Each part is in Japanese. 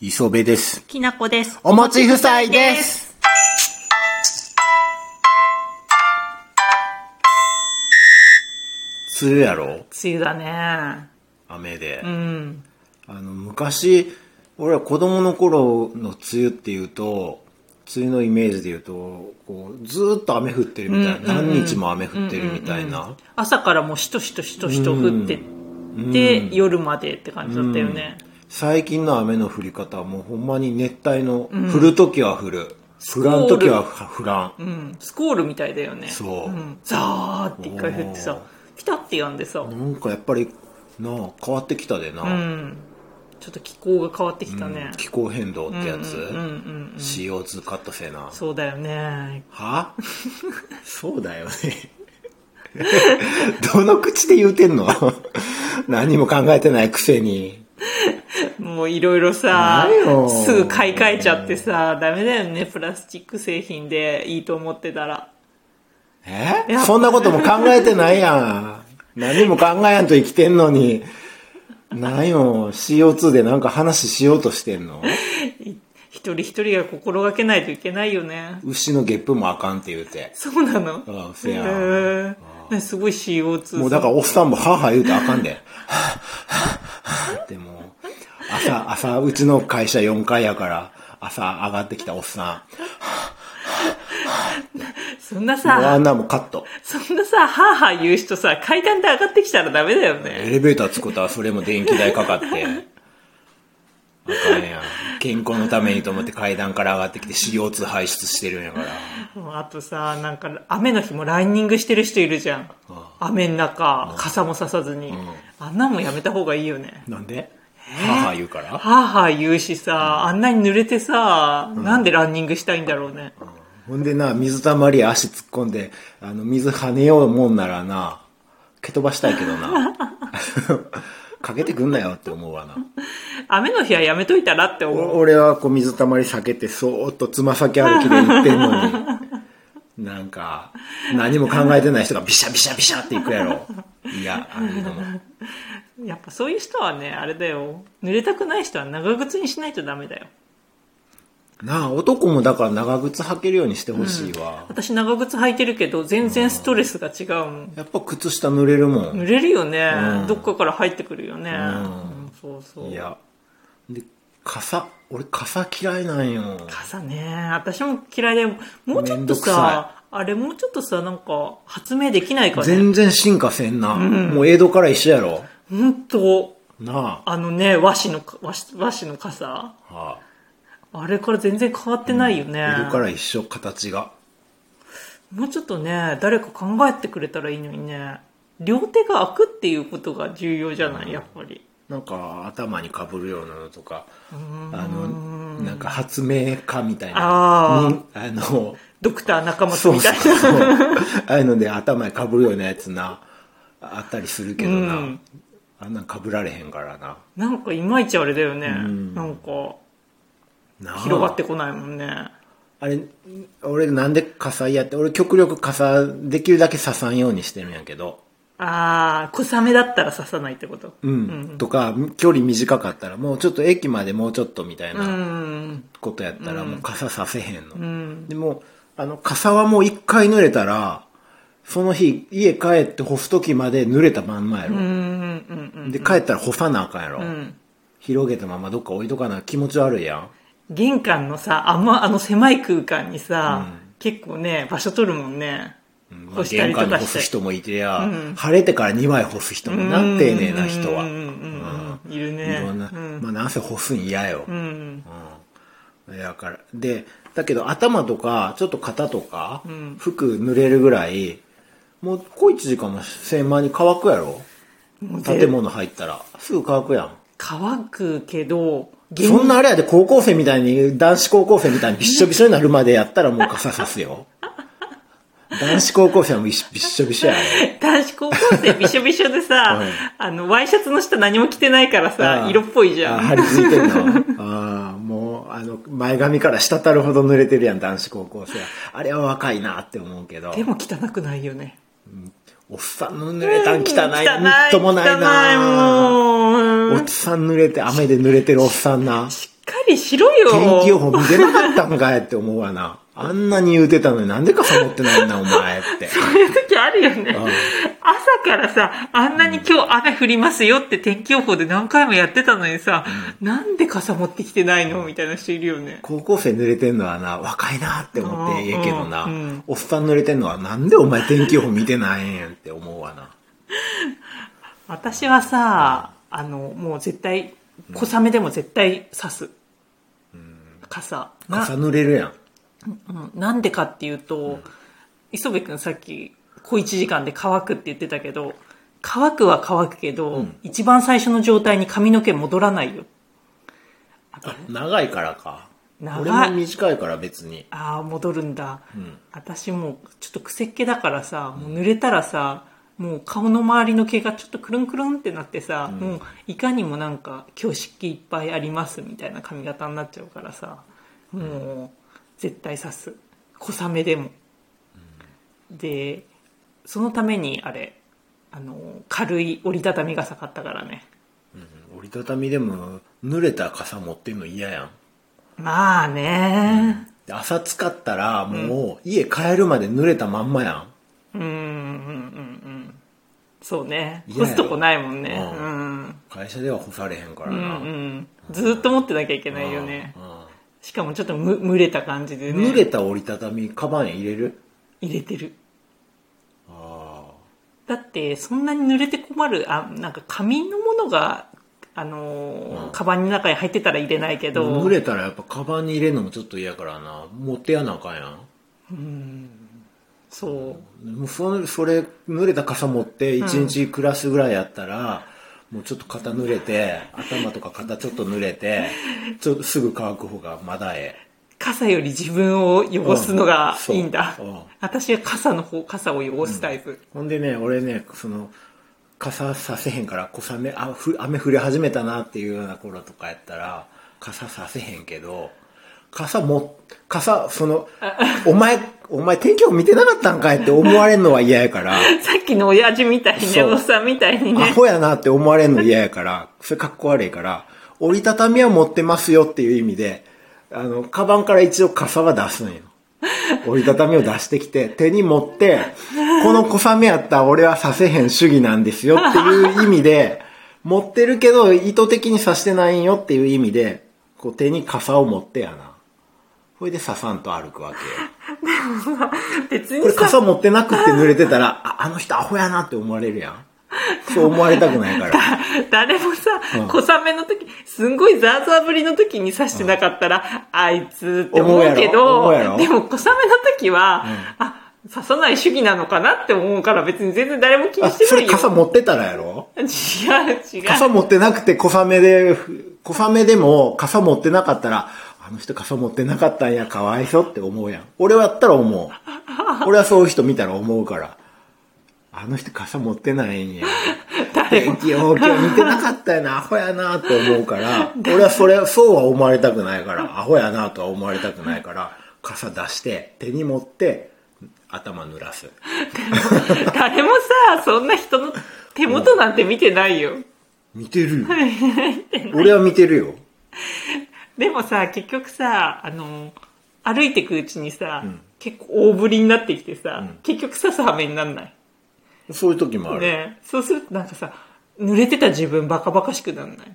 磯部です。きなこです。おもち夫妻です。するやろ梅雨だね。雨で。うん。あの、昔、俺は子供の頃の梅雨っていうと、梅雨のイメージで言うと、こう、ずーっと雨降ってるみたいな、何日も雨降ってるみたいな。朝からもうしとしとしとしと降ってって、夜までって感じだったよね。最近の雨の降り方はもうほんまに熱帯の、降る時は降る。降らん時は降ら。うんん。スコールみたいだよね。そううん。ザーって一回降っておさー、ピタってやんでさ、うなんかやっぱり、なあ、変わってきたでな。ん。ちょっと気候が変わってきたね。気候変動ってやつ、うんうんうん。 CO2 カットせなそうだよね。は そうだよね どの口で言うてんの 何も考えてないくせにもういろいろさないよ、すぐ買い替えちゃってさ、ダメだよね。プラスチック製品でいいと思ってたら。いえやそんなことも考えてないやん何も考えやんと生きてんのになんよ CO2 でなんか話しようとしてんのい一人一人が心がけないといけないよね。牛のゲップもあかんって言うてそうなのあせやへーねすごい CO2。もうだからおっさんも母言うとあかんで。はぁはぁはぁってもう、朝、朝、うちの会社4階やから、朝上がってきたおっさ。そんなんもうあさ、んなもんカット。そんなさ、はぁはぁ言う人さ、階段で上がってきたらダメだよね。エレベーターつくことはそれも電気代かかって。あかんやん。健康のためにと思って階段から上がってきて CO2 排出してるんやから。もうあとさ、なんか雨の日もランニングしてる人いるじゃん。雨の中、傘もささずに。あんなもんやめた方がいいよね。なんで母言うからはぁはぁ言うしさ、あんなに濡れてさ、なんでランニングしたいんだろうね。ほんでな、水たまり足突っ込んで、あの、水跳ねようもんならな、蹴飛ばしたいけどな。 かけてくんなよって思うわな。雨の日はやめといたらって思う。お俺はこう水たまり避けて、そーっとつま先歩きで行ってんのに。なんか、何も考えてない人がビシャビシャビシャって行くやろ。いや、あの、やっぱそういう人はね、あれだよ。濡れたくない人は長靴にしないとダメだよ。なあ、男もだから長靴履けるようにしてほしいわ。私長靴履いてるけど、全然ストレスが違うもん。やっぱ靴下濡れるもん濡。れるよね、うんどっかから入ってくるよね。うんそうそう。いや。で、傘、俺傘嫌いなんよ。傘ね、私も嫌いで、もうちょめっとんどくささ、あれもうちょっとさ、なんか、発明できないかね。全然進化せんな。もう江戸から一緒やろ。ほんと、なあ。あのね、和紙のか、和紙和紙の傘。はあれから全然変わってないよね。あ江戸から一緒、形が。もうちょっとね、誰か考えてくれたらいいのにね、両手が開くっていうことが重要じゃない、やっぱり。なんか頭にかぶるようなのとか、あの、なんか発明家みたいな。あーにあの、ドクター中そ松うみそうた いな。そう。ああいうので頭にかぶるようなやつな、あったりするけどな。うんあんなんかぶられへんからな。なんかいまいちあれだよね。んなんか、なあ広がってこないもんね。あれ、俺なんで傘やって、俺極力傘、できるだけ刺さんようにしてるんやけど。あー、小雨だったら刺さないってこと。。うんとか距離短かったらもうちょっと駅までもうちょっとみたいうなんことやったらもう傘させへんの、うん。でもあの傘はもう一回濡れたらその日家帰って干す時まで濡れたまんまやろうん。う、ん。で帰ったら干さなあかんやろ、うん。うん。広げたままどっか置いとかな気持ち悪いやん玄関のさ、あんま、あの狭い空間にさ、結構ね、場所取るもんね。うんまあ干した玄りと関でか干すして。人もいてや、晴れてから2枚干す人もな丁寧な人は、うんうんうんうん。いるね。いろんな、うんまあなんせ干すん嫌よ、うん。うん。だから、で、だけど頭とか、ちょっと肩とか、ん服濡れるぐらい、もう小一時間もせんまに乾くやろもうぜ建物入ったら。すぐ乾くやん。乾くけど、現そんなあれやで高校生みたいに、男子高校生みたいにびっしょびしょになるまでやったらもう傘さすよ。男子高校生はもうびっしょびしょやろ。 男子高校生びしょびしょで さ、うんあの、ワイシャツの下何も着てないからあさ、あ色っぽいじあゃん。張り付いてんの。あ あ、もう、あの、前髪から滴るほど濡れてるやん、男子高校生は。あれは若いなって思うけど。でも汚くないよね。おっさんの濡れたん汚いな、汚みっともない汚いな。もう。おうんっさん濡れて、雨で濡れてるおっさんな。しっかりよ。天気予報見てなかったんかいって思うわな。あんなに言うてたのになんで傘持ってないんだお前って。そういう時あるよね。朝からさ、あんなに今日雨降りますよって天気予報で何回もやってたのにさ、なんで傘持ってきてないのみたいな人いるよね。高校生濡れてんのはな、若いなって思ってええけどな、うんうんおっさん濡れてんのはなんでお前天気予報見てないんやって思うわな。私はさ、あの、もう絶対、小雨でも絶対差す。傘。な傘濡れるやん。うんなんでかっていうと、磯部君さっき小1時間で乾くって言ってたけど乾くは乾くけど、ん一番最初の状態に髪の毛戻らないよ長いからか。長い俺も短いから別に。ああ戻るんだ、私もうちょっと癖っ気だからさもう濡れたらさもう顔の周りの毛がちょっとくるんくるんってなってさ、もういかにもなんか今日湿気いっぱいありますみたいな髪型になっちゃうからさもう絶対刺す小雨でも、でそのためにあれあの軽い折りたたみ傘買ったからね折りたたみでも濡れた傘持ってんの嫌やん。まあねで朝使ったらもう家帰るまで濡れたまんまやん。うんうんうんうんそうね嫌やろ干すとこないもんねううん会社では干されへんからうな。んうん、ずーっと持ってなきゃいけないよねうんうんしかもちょっとむ蒸れた感じでね濡れた折りたたみカバンへ入れる入れてるあだってそんなに濡れて困るあなんか紙のものがあのーうんカバンの中に入ってたら入れないけあど濡れたらやっぱカバンに入れるのもちょっと嫌からな持ってやなあかんやそんもうそれそれ濡れた傘持って1日暮らすぐらいやったら、もうちょっと肩濡れて頭とか肩ちょっと濡れてちょっとすぐ乾く方がまだええう傘より自分を汚すのがいいんだ、うんそううん私は傘の方傘を汚すタイプ、ほんでね俺ねその傘させへんから小雨あふ雨降り始めたなっていうような頃とかやったら傘させへんけど傘も傘そのお前お前天気予報見てなかったんかいって思われるのは嫌やからさっきの親父みたいにねそうおっさんみたいに アねホやなって思われるの嫌やからそれかっこ悪いから折りたたみは持ってますよっていう意味であのカバンから一応傘は出すんよ折りたたみを出してきて手に持ってこの小雨やったら俺はさせへん主義なんですよっていう意味で持ってるけど意図的にさしてないんよっていう意味でこう手に傘を持ってやなこれでささんと歩くわけよ別こにれさ傘持ってなくって濡れてたら、あ、あの人アホやなって思われるやん。そう思われたくないから。誰もさ、うん小雨の時、すんごいザーザー降りの時に刺してなかったら、あいつって思うけ思ど、うやろ思うでやも小雨の時は、あ、刺さない主義なのかなって思うから別に全然誰も気にあ、してそないれよ。傘持ってたらやろ違う違う。傘持ってなくて小雨で、ふ小雨でも傘持ってなかったら、あの人傘持ってなかったんや、かわいそうって思うやん。俺はやったら思う。俺はそういう人見たら思うから。あの人傘持ってないんや。誰天も気予報今日見てなかったよな、アホやなって思うから、俺はそれ、そうは思われたくないから、アホやなとは思われたくないから、傘出して、手に持って、頭濡らす。誰もさ、そんな人の手元なんて見てないよ。見てるよ。俺は見てるよ。でもさ、結局さ、あの、歩いてくうちにさ、結構大ぶりになってきてさ、結局刺す羽目になんない。そういう時もある。ねそうするとなんかさ、濡れてた自分バカバカしくなんない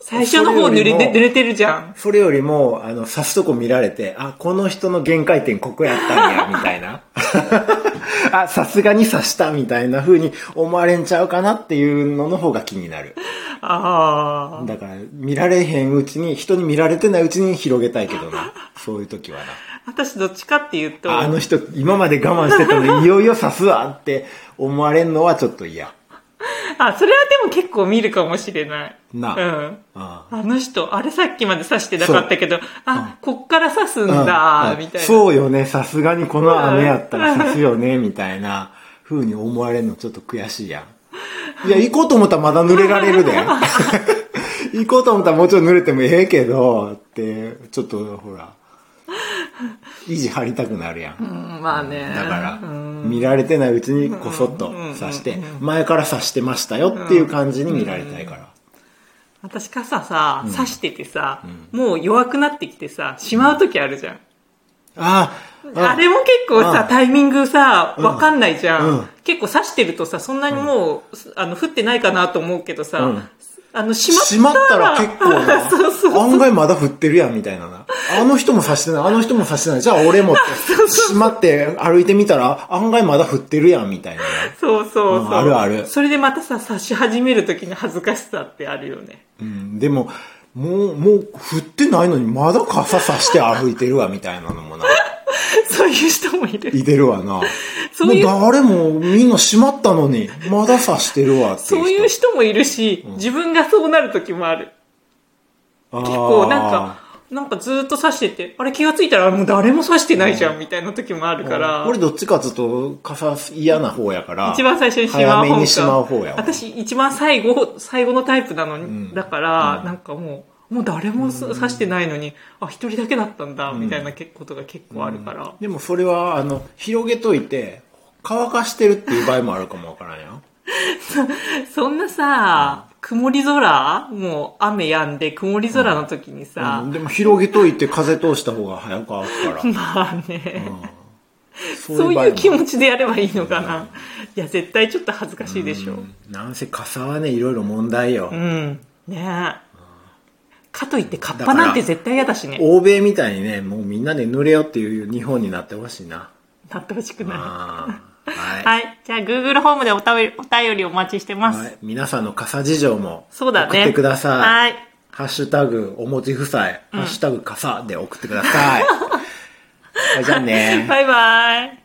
最初の方濡れそれよりても濡れてるじゃん。それよりも、あの、刺すとこ見られて、あ、この人の限界点ここやった んや、みたいな。 あ、さすがに刺した、みたいな風に思われんちゃうかなっていうのの方が気になる。ああ。だから、見られへんうちに、人に見られてないうちに広げたいけどな。そういう時は私どっちかっていうと、な。あの人、今まで我慢してたのに、いよいよ刺すわって思われんのはちょっと嫌。あ、それはでも結構見るかもしれない。なうん。ああの人、あれさっきまで刺してなかったけど、あ、こっから刺すんあだ、うんみたいな。そうよね、さすがにこの雨やったら刺すよね、みたいな風に思われるのちょっと悔しいやん。いや、行こうと思ったらまだ濡れられるで。 行こうと思ったらもうちょっと濡れてもええけど、って、ちょっと、ほら、意地張りたくなるやん。うん、まあね。だかうら、ん見られてないうちにこそっと刺して、前から刺してましたよっていう感じに見られたいから。私傘さ、差しててさ、もう弱くなってきてさ、しまう時あるじゃん。ああ、あれも結構さう、んタイミングさ、んわかんないじゃん。うん結構刺してるとさ、そんなにもう、あの、降ってないかなと思うけどさ、うんあの、し閉ままっったたらら結構な そうそうそう。案外まだ振ってるやんみたいなな。あの人も刺してない、あの人も刺してない。じゃあ俺もって。 閉まって歩いてみたら案外まだ振ってるやんみたいなな。そうそうそう。うんあるあるそれでまたさ、刺し始める時の恥ずかしさってあるよね。 うん、でも、もう、もう振ってないのにまだ傘さして歩いてるわみたいなのもな。そういう人もいる。いてるわな。そういうもう誰もみんな閉まったのにまださしてるわっていう人。そういう人もいるし、自分がそうなる時もある。結結構なんか、なんかずっと刺してて、あれ気がついたらもう誰も刺してないじゃんみたいな時もあるから。俺どっちかっつうと傘嫌な方やから。一番最初にしまう早め方にしまう方やわ私一番最後、最後のタイプなのに、だから、なんかもう、もう誰も刺してないのに、あ、一人だけだったんだ、みたいなけことが結構あるから。でもそれは、あの、広げといて、乾かしてるっていう場合もあるかもわからんよ。そんなさ、曇り空もう雨止んで曇り空の時にさ、うんでも広げといて風通した方が早く乾くから。まあね、そ そういう気ち。持ちでやればいいのかな。いや、絶対ちょっと恥ずかしいでしょ。なんせ傘はね、いろいろ問題よう。ん。ねえ。かといって、カッパなんて絶対嫌だしね。欧米みたいにね、もうみんなで濡れよっていう日本になってほしいな。なってほしくなあーい。はい。はい。じゃあ、Google ホームでおたべお便りお待ちしてます。はい皆さんの傘事情もそう送だっね。てください。はい。ハッシュタグ、お持ち夫妻、 ハッシュタグ、傘で送ってください。はい、じゃあね。バイバイ。